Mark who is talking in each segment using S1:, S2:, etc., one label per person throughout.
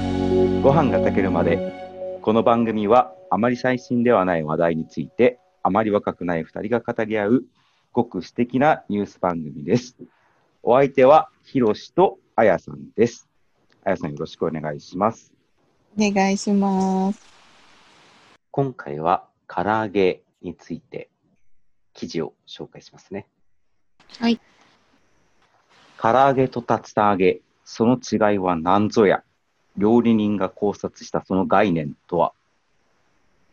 S1: 飯が炊けるまでこの番組はあまり最新ではない話題についてあまり若くない2人が語り合うごく素敵なニュース番組ですお相手はひろしとあやさんですあやさんよろしくお願いします
S2: お願いします。
S1: 今回は唐揚げについて記事を紹介しますね
S2: はい
S1: 唐揚げと竜田揚げその違いは何ぞや料理人が考察したその概念とは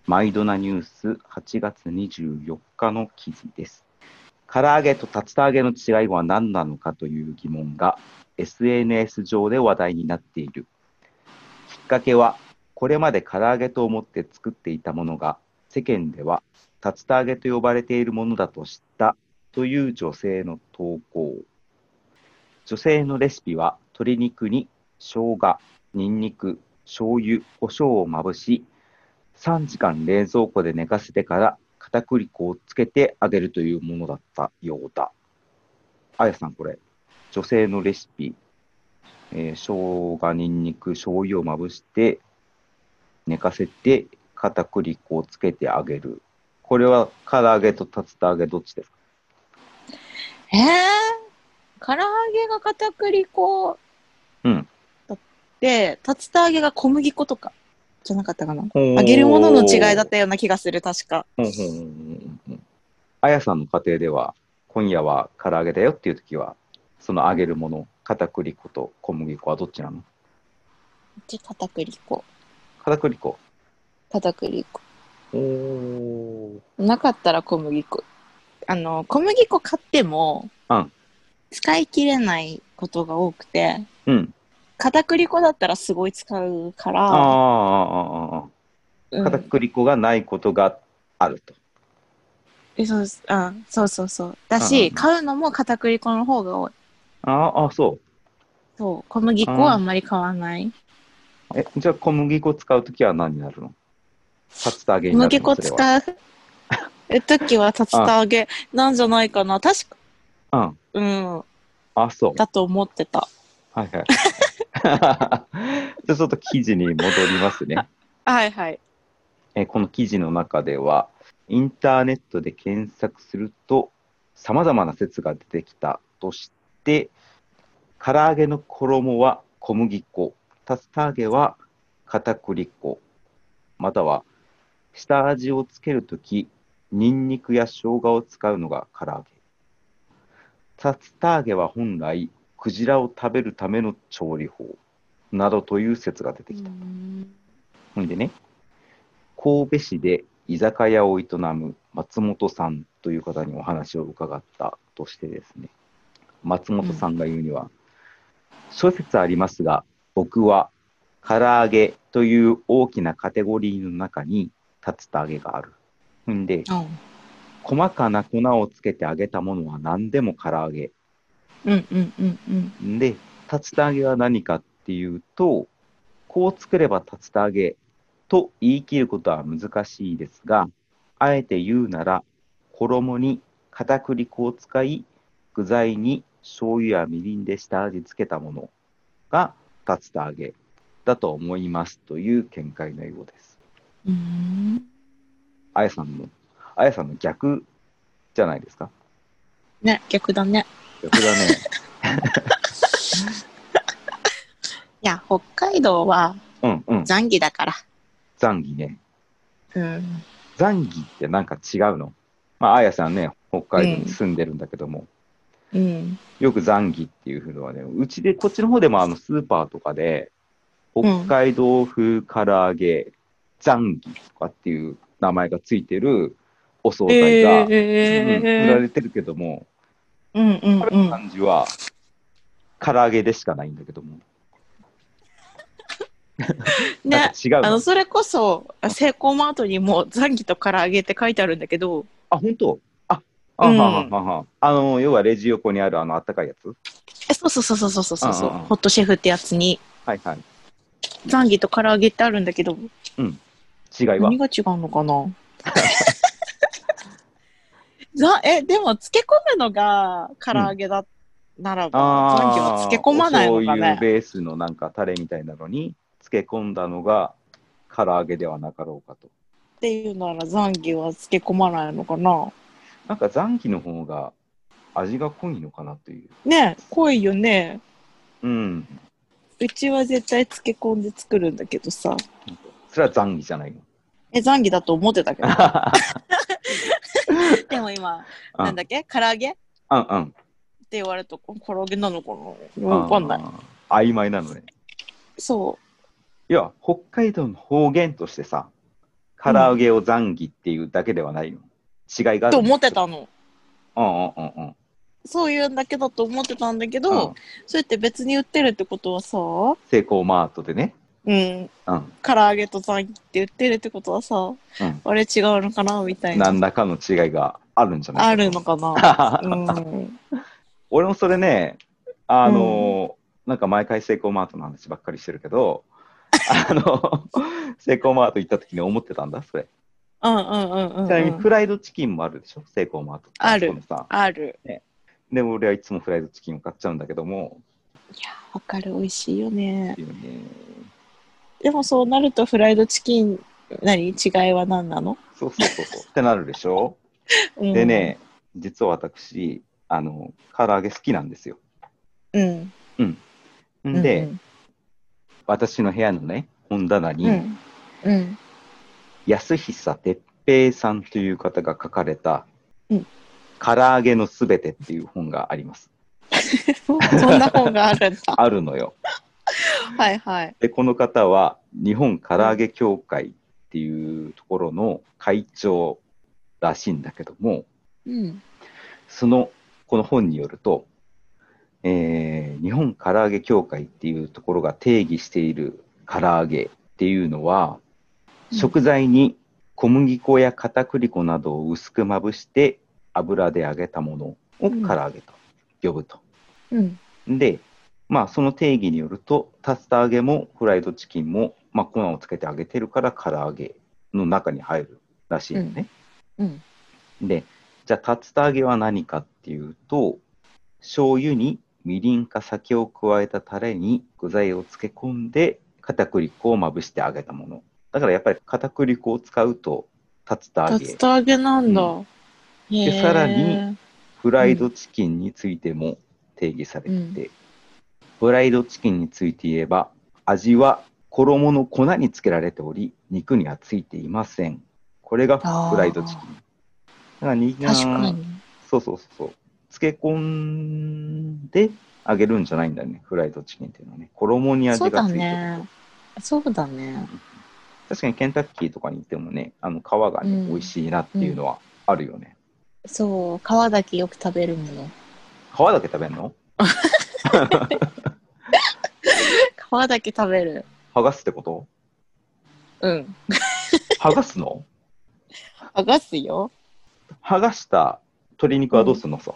S1: 毎度なニュース8月24日の記事です唐揚げと竜田揚げの違いは何なのかという疑問が SNS 上で話題になっているきっかけはこれまで唐揚げと思って作っていたものが世間では竜田揚げと呼ばれているものだと知ったという女性の投稿女性のレシピは鶏肉に生姜、ニンニク、醤油、胡椒をまぶし3時間冷蔵庫で寝かせてから片栗粉をつけて揚げるというものだったようだあやさんこれ女性のレシピ、えー、生姜、ニンニク、醤油をまぶして寝かせて片栗粉をつけて揚げるこれは唐揚げと竜田揚げどっちですか
S2: えー、唐揚げが片栗粉
S1: うん
S2: だって、竜田揚げが小麦粉とかじゃなかったかな。
S1: 揚
S2: 揚げるものの違いだったような気がする、確か。
S1: うんうんうんうんうんあやさんの家庭では今夜は唐揚げだよっていう時はその揚げるもの片栗粉と小麦粉はどっちなの
S2: じゃあ片栗粉、
S1: 片栗粉
S2: 片栗粉。
S1: おお
S2: なかったら小麦粉。あの、小麦粉買っても、
S1: うん
S2: 使い切れないことが多くて、
S1: うん
S2: 片栗粉だったらすごい使うか
S1: あ
S2: ら、
S1: ああああ
S2: う
S1: あ
S2: ん
S1: 片栗粉がないことがあると、
S2: えそうですあそうそうそう。だ
S1: う
S2: し、
S1: ん
S2: 買うのも片栗粉の方が多い。
S1: あーあーそう
S2: そう、小麦粉はあんまり買わない。
S1: えじゃあ小麦粉使う時は何になるの竜田揚げ
S2: 小
S1: になる
S2: 麦
S1: のそ
S2: 粉
S1: れは
S2: 使う時は竜田揚げなんじゃないかな。確か、
S1: うん
S2: うん、
S1: あそう
S2: だと思ってた。
S1: はい はいじゃあちょっと記事に戻りますね
S2: はいはい。
S1: えーこの記事の中ではインターネットで検索するとさまざまな説が出てきたとして唐揚げの衣は小麦粉竜田揚げは片栗粉または下味をつけるときにんにくや生姜を使うのが唐揚げ竜田揚げは本来クジラを食べるための調理法などという説が出てきたほんでね、神戸市で居酒屋を営む松本さんという方にお話を伺ったとしてですね、松本さんが言うには、諸説ありますが、僕は唐揚げという大きなカテゴリーの中に竜田揚げがある。ほんで、
S2: うん
S1: 細かな粉をつけて揚げたものは何でも唐揚げ。
S2: うんうんうんうん。
S1: で、竜田揚げは何かっていうと、こう作れば竜田揚げと言い切ることは難しいですが、あえて言うなら、衣に片栗粉を使い、具材に醤油やみりんで下味つけたものが竜田揚げだと思いますという見解のようです。
S2: うーん
S1: あやさんの、あやさんの逆じゃないですか
S2: ね、逆だね。
S1: 逆だね。
S2: いや、北海道は
S1: うんうん。
S2: 残儀だから。
S1: ザンギね。
S2: うん。
S1: ザンギってなんか違うのまあ、あやさんね、北海道に住んでるんだけども、
S2: うん。
S1: よくザンギっていうのはね、うちで、こっちの方でもあのスーパーとかで、北海道風唐揚げ、ザンギとかっていう名前がついてるお惣菜が、うん売ら
S2: えー
S1: れてるけども、
S2: うんうん
S1: 食べ
S2: う
S1: る
S2: ん。
S1: 感じは唐揚げでしかないんだけども、なん
S2: ね
S1: か。違うの
S2: あの、それこそ、セイコーマートにも残儀と唐揚げって書いてあるんだけど、
S1: あ、本当あ、あ、
S2: うん
S1: ははははあの、要はレジ横にあるあのあったかいやつ
S2: えそうそうそうそうそうそうそう、
S1: うんうんうん
S2: ホットシェフってやつに
S1: はいはい。
S2: ザンギと唐揚げってあるんだけ
S1: 違
S2: ど
S1: いは
S2: 何が違うのかな ざえでも漬け込むのが唐揚げだ、ならば
S1: あー
S2: ザンギは漬け込まないのか
S1: お醤油
S2: ね
S1: ベースのなんかタレみたいなのに漬け込んだのが唐揚げではなかろうかと。
S2: ていうなら残儀は漬け込まないのかな
S1: なんか残機の方が味が濃いのかなという。
S2: ねえ濃いよね
S1: うん。
S2: うちは絶対漬け込んで作るんだけどさ
S1: それは残機じゃないの。
S2: え残儀だと思ってたけ どでも今なんだっけ唐揚げって
S1: うんうん。
S2: 言われると唐揚げなのかなわかんない
S1: あー。曖昧なのね。
S2: そ
S1: いや、北海道の方言としてさ、唐揚げを残儀っていうだけではないの。違いがあ
S2: う
S1: る。
S2: と思って。たの
S1: うんうんうんうん。
S2: そういうんだけだと思ってたんだけ
S1: う
S2: ど
S1: ん
S2: そうやって別に売ってるってことはさ
S1: セイコーマートでね。
S2: うん
S1: うん。
S2: 唐揚げと残儀って売ってるってことはさ
S1: うん。
S2: あれ違うのかなみたいな
S1: 何らかの違いがあるんじゃない
S2: あ るのかなうん
S1: 俺もそれね、あのーなんか毎回セイコーマートの話ばっかりしてるけど、あの、セイコーマート行った時に思ってたんだ、それ。
S2: うんうんうんうん
S1: ちなみに
S2: うん
S1: フライドチキンもあるでしょ、セイコーマートって。
S2: ある
S1: このさ
S2: ある
S1: で、俺はいつもフライドチキンを買っちゃうんだけども、
S2: わかる美味しいよね
S1: っていうね
S2: でもそうなるとフライドチキン何違いは何なの、
S1: そうそうそうそう。ってなるでしょ。
S2: うん、
S1: でね、実は私、あの、唐揚げ好きなんですよ。
S2: うん
S1: んで、私の部屋のね、本棚に、
S2: うんうん
S1: 安久哲平さんという方が書かれた
S2: うん
S1: 「唐揚げのすべて」っていう本があります。
S2: そんな本があるんだ
S1: あるのよ。
S2: はいはい
S1: でこの方は日本唐揚げ協会っていうところの会長らしいんだけども
S2: うん
S1: そのこの本によると、えー日本唐揚げ協会っていうところが定義している唐揚げっていうのは食材に小麦粉や片栗粉などを薄くまぶして油で揚げたものを唐揚げと呼ぶと。
S2: うん
S1: で、まあ、その定義によると、竜田揚げもフライドチキンも、まあ、粉をつけて揚げてるから唐揚げの中に入るらしいのね。
S2: うん
S1: で、じゃあ竜田揚げは何かっていうと、醤油にみりんか酒を加えたタレに具材を漬け込んで片栗粉をまぶして揚げたもの。だからやっぱり片栗粉を使うと竜田揚
S2: 竜
S1: げ。
S2: 田揚げなんだ、
S1: う
S2: へえ
S1: でさらにフライドチキンについても定義されていて、フライドチキンについて言えば、味は衣の粉につけられており、肉にはついていません。これがフライドチキン。だからみんな
S2: 確かに
S1: そうそうそうそう。漬け込んで揚げるんじゃないんだよね、フライドチキンっていうのはね。衣に味
S2: そう
S1: が
S2: だ
S1: ついてる。
S2: ねそうだね
S1: 確かにケンタッキーとかに行ってもね、あの皮がね、
S2: うん
S1: 美味しいなっていうのはあるよね。
S2: そう皮だけよく食べるもの
S1: 皮だけ食べんの
S2: 皮だけ食べる
S1: 剥がすってこと
S2: うん
S1: 剥がすの
S2: 剥がすよ
S1: 剥がした鶏肉はどうすんのさ、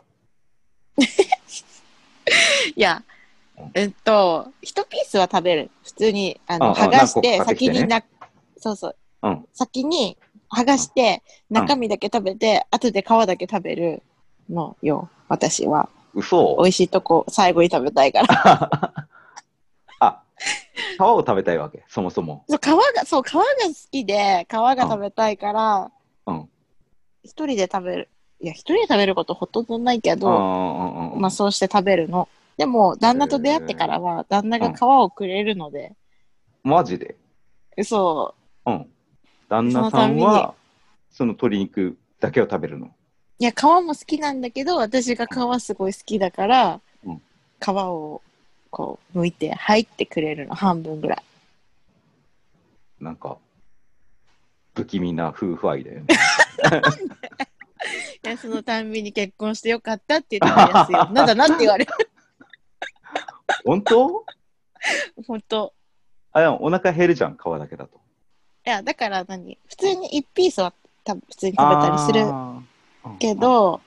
S2: いやえっと一ピースは食べる普通にあ
S1: あ
S2: の
S1: あ
S2: 剥がして
S1: 何個か買ってき
S2: 先
S1: てね
S2: になそうそう
S1: うん、
S2: 先に剥がして
S1: ん
S2: 中身だけ食べて、後で皮だけ食べるのよ私は
S1: 嘘
S2: 美味しいとこ最後に食べたいから
S1: あ、皮を食べたいわけ、そもそも。
S2: そう皮がそう皮が好きで皮が食べたいから
S1: うん。
S2: 一人で食べるいや一人で食べることほとんどないけ
S1: あ
S2: ど
S1: あ
S2: まあそうして食べるのでも旦那と出会ってからは旦那が皮をくれるので、
S1: マジで。
S2: そ
S1: うん。旦那さんは、その鶏肉だけを食べるの。
S2: ういや皮も好きなんだけど私が皮すごい好きだから、
S1: うん
S2: 皮をこう剥いて入ってくれるの半分ぐらい
S1: なんか、不気味な夫婦愛だよね。
S2: いやそのたんびに結婚してよかったって言ってやす いよ。なんだなって言われる。
S1: 本当
S2: 本当。
S1: あ、でもお腹減るじゃん、皮だけだと。
S2: いや、だから何普通に1ピースはた普通に食べたりする
S1: あー
S2: け、ど、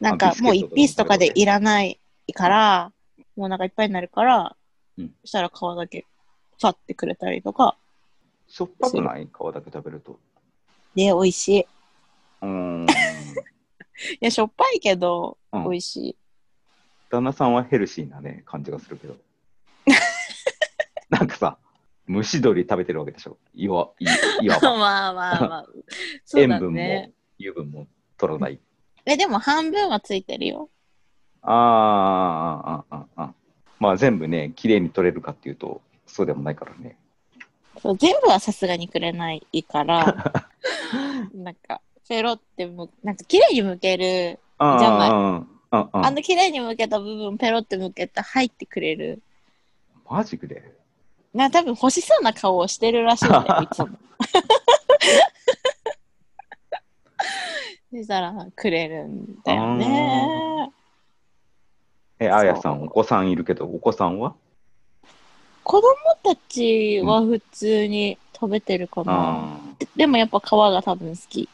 S2: なん
S1: あ
S2: か
S1: ビスケッ
S2: もう
S1: トとか
S2: 1ピースとかでいらないから、もうお腹いっぱいになるから、
S1: うん
S2: そしたら皮だけさってくれたりとか、
S1: しょっぱくない皮だけ食べると。
S2: で、美味しい。いう
S1: ーん。
S2: や、しょっぱいけど、
S1: うん
S2: 美味し い。
S1: 旦那さんはヘルシーなね、感じがするけど。なんかさ、蒸し鶏食べてるわけでしょ。いわいいわ
S2: まあ
S1: ば
S2: まあまあ。 そう
S1: 塩
S2: だ
S1: 分
S2: ね
S1: も。油分も取らない。
S2: え、でも半分はついてるよ。
S1: あーあーあーあーあーまあ全部ね、綺麗に取れるかっていうと、そうでもないからね。
S2: そう全部はさすがにくれないから、 なんか、ペロってむ、なんか綺麗に剥ける、
S1: あー
S2: じゃない
S1: あーあーあ
S2: あ
S1: ー
S2: の綺麗に剥けた部分ペロって剥けたら入ってくれる。
S1: マジで
S2: な多分欲しそうな顔をしてるらしいんだよ、いつ も。そしたらくれるんだよね。
S1: え、あやさん、お子さんいるけど、お子さんは
S2: 子供たちは普通に食べてるかな。
S1: あー
S2: でもやっぱ皮が多分好き。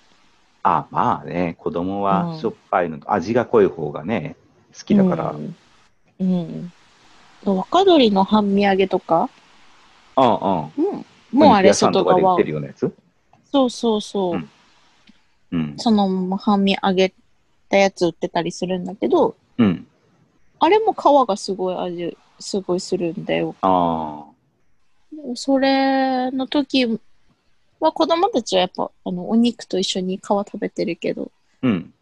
S1: あ、まあね、子供
S2: う
S1: は
S2: ん
S1: しょっぱいの、味が濃い方がね、好きだから。
S2: う
S1: あ
S2: ん。うん若鶏の半身揚げとか、
S1: あ、
S2: うん、
S1: うん。
S2: もう
S1: お
S2: あ
S1: 肉
S2: れ
S1: 屋さん
S2: 外
S1: とかで売っ
S2: 側
S1: てるようなやつ
S2: そうそうそう、
S1: うんうん。
S2: そのまま半身揚げたやつ売ってたりするんだけど
S1: うん。
S2: あれも皮がすごい味すごいするんだよ
S1: あ
S2: でもそれの時は子供たちはやっぱあのお肉と一緒に皮食べてるけど
S1: あ、うん。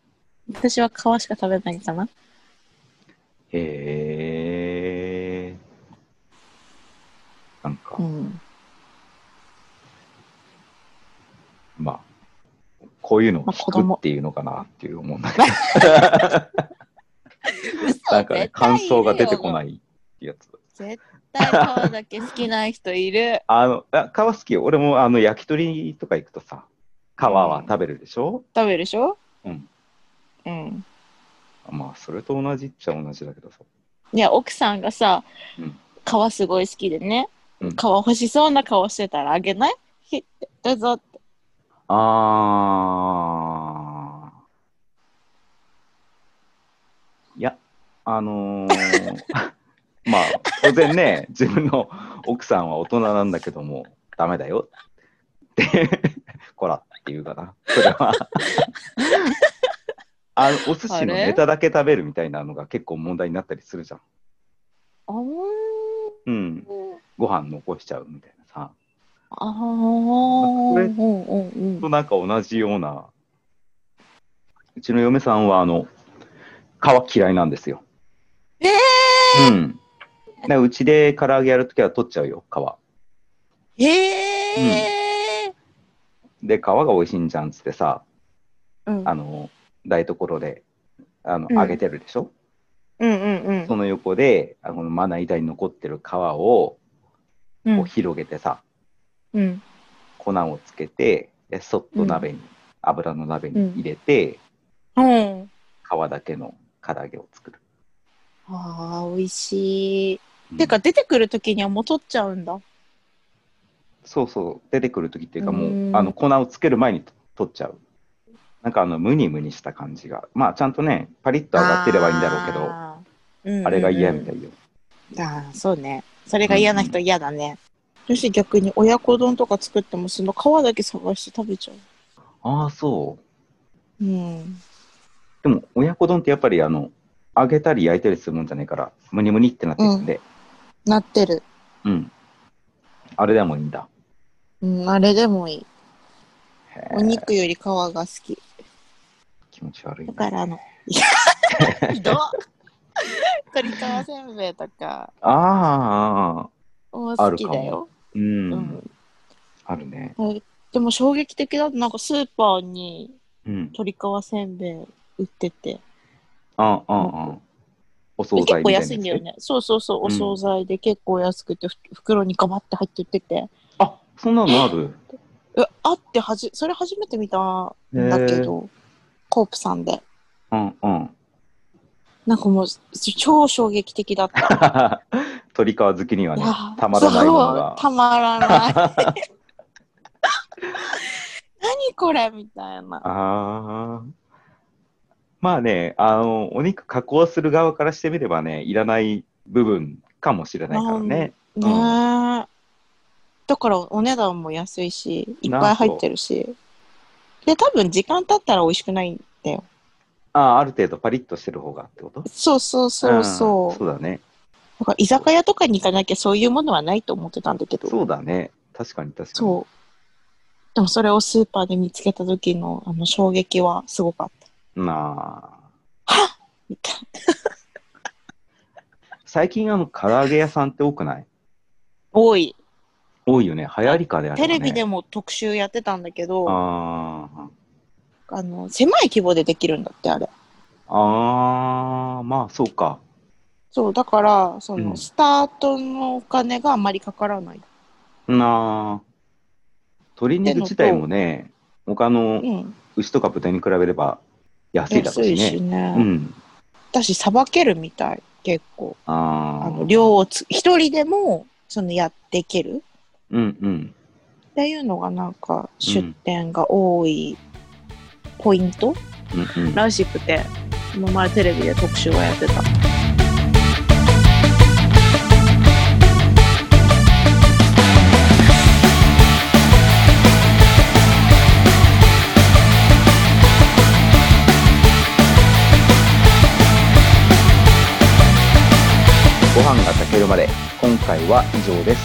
S2: 私は皮しか食べないかな
S1: へえ。なんか、
S2: うん
S1: まあ、こういうのを
S2: まあ子
S1: 聞
S2: 供
S1: くっていうのかなっていう思うんだけど。なんかね、感想が出てこないいってやつ。
S2: 絶対皮だけ好きな人いる
S1: あの、あ皮好きよ。俺もあの焼き鳥とか行くとさ、皮は食べるでしょ、
S2: 食べるでしょ
S1: うん
S2: うん
S1: まあ、それと同じっちゃ同じだけどさ。
S2: いや奥さんがさ、
S1: うん
S2: 皮すごい好きでね、
S1: うん
S2: 皮欲しそうな顔してたらあげないひってどうぞって
S1: あー。いや、あのー まあ、当然ね、自分の奥さんは大人なんだけども、ダメだよって、こらって言うかな、それは。あのお寿司の
S2: あれ
S1: ネタだけ食べるみたいなのが結構問題になったりするじゃん。
S2: あー
S1: うん、ご飯残しちゃうみたいなさ。
S2: あー
S1: これ
S2: うんうんうん
S1: となんか同じような、うちの嫁さんは、あの、皮嫌いなんですよ。
S2: え
S1: うん。だからうちで唐揚げやるときは取っちゃうよ、皮。
S2: ー、え
S1: で、皮が美味しいんじゃんっつってさ、
S2: ーうん
S1: あの、台所で、あの、
S2: うん
S1: 揚げてるでしょ、
S2: うんうんうん
S1: その横で、あの、まな板に残ってる皮を、
S2: う
S1: こうん広げてさ、
S2: うん
S1: 粉をつけて、でそっと鍋に、油の鍋に入れて、
S2: うん
S1: 皮だけの唐揚げを作る。
S2: あー美味しい、
S1: うん
S2: てか出てくる時にはもう取っちゃうんだ
S1: そうそう、出てくるときっていうか、もう、
S2: うん
S1: あの粉をつける前にと取っちゃう。なんかあの、ムニムニした感じが。まあ、ちゃんとね、パリッと揚がってればいいんだろうけど、あ
S2: あー,うんうんうん、
S1: れが嫌みたいよ。
S2: ああそうねそれが嫌な人嫌だね、もし逆に親子丼とか作ってもその皮だけ探して食べちゃ
S1: ああ、そう。
S2: ううん
S1: でも、親子丼ってやっぱり、あの、揚げたり焼いたりするもんじゃないから、ムニムニってなってるんで、
S2: なってる、
S1: うん。あれでもいいんだ。
S2: うん、あれでもいい
S1: へえ
S2: お肉より皮が好き
S1: 気持ち悪い
S2: だ
S1: ね。
S2: からあのいやひどっ鶏皮せんべいとか
S1: ああ、
S2: も好きだよ、
S1: うん、
S2: うん
S1: あるね。
S2: でも衝撃的だったなんかスーパーに
S1: うん。
S2: 鶏皮せんべい売ってて
S1: ああ、ああ。お惣菜
S2: 結
S1: み
S2: 構
S1: たいなやつ
S2: 安いんだよ。ねそうそうそうお
S1: うん
S2: 惣菜で結構安くてふ袋にガバって入って売ってて
S1: あ、そんなのある
S2: えあってはじそれ初めて見たんだけど、コープさんで
S1: うんうん。
S2: なんかもうす超衝撃的だった
S1: 鳥皮好きにはね
S2: いやー、
S1: たまらないもの
S2: そうた
S1: が。
S2: ま らない何これみたいな
S1: あーまあね、あの、お肉加工する側からしてみればね、いらない部分かもしれないからね。
S2: ねえ、だからお値段も安いしいっぱい入ってるしで多分時間経ったら美味しくないんだよ
S1: ああ、ある程度パリッとしてる方がってこと
S2: そうそうそうそう、
S1: んそうだね。
S2: だから居酒屋とかに行かなきゃそういうものはないと思ってたんだけど。
S1: そうだね。確かに確かに。
S2: そう。でもそれをスーパーで見つけた時のあの衝撃はすごかった。
S1: なあ。
S2: みたい な
S1: 最近あの、唐揚げ屋さんって多くない
S2: 多い。
S1: 多いよね。流行りかであれば
S2: テ
S1: ね。
S2: レビでも特集やってたんだけど、あ
S1: ああ。
S2: の、狭い規模でできるんだって、あれ。
S1: ああ、まあそうか。
S2: そう、だから、その、
S1: うん
S2: スタートのお金があんまりかからない。
S1: なあ。鶏肉自体もね、他の
S2: うん。
S1: 牛とか豚に比べれば安いだろ
S2: 安
S1: うし
S2: い
S1: ね
S2: し。ね。
S1: うん。
S2: だし、さばけるみたい、結構。
S1: ああ。
S2: あの、量をつ、一人でも、その、やっていける
S1: うんうん。
S2: っていうのが、なんか、出店が多いポイント、
S1: うんうん、
S2: らしくて、今までテレビで特集はやってた。
S1: ご飯が炊けるまで今回は以上です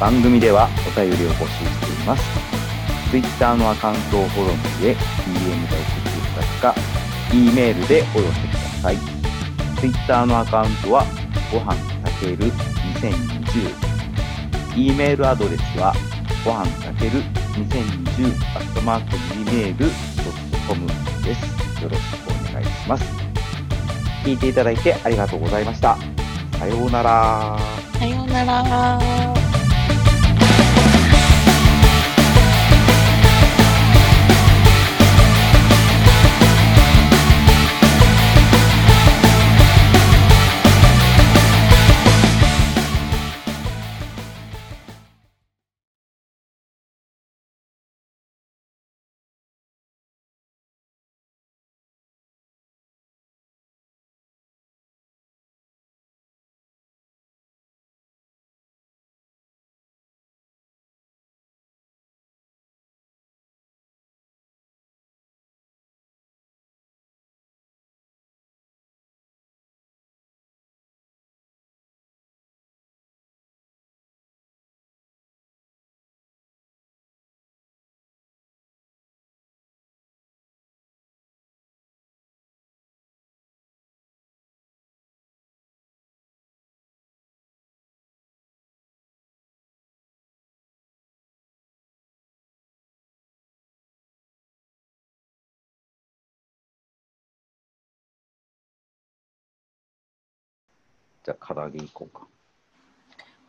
S1: 番組ではお便りを募集しています Twitter のアカウントをフォローの上 DM で送っていただくか E メールでお寄せください Twitter のアカウントはご飯炊ける2020 E メールアドレスはご飯炊ける2020 gmail.com ですよろしくお願いします聞いていただいてありがとうございましたさようなら。
S2: さようなら。
S1: じゃあ、唐揚げいこうか。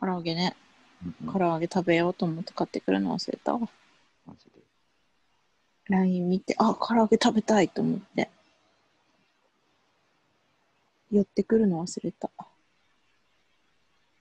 S2: 唐揚げね。
S1: うん
S2: 唐揚げ食べようと思って買ってくるの忘れたわ。
S1: マジで。
S2: LINE 見て、あ、唐揚げ食べたいと思って。寄ってくるの忘れた。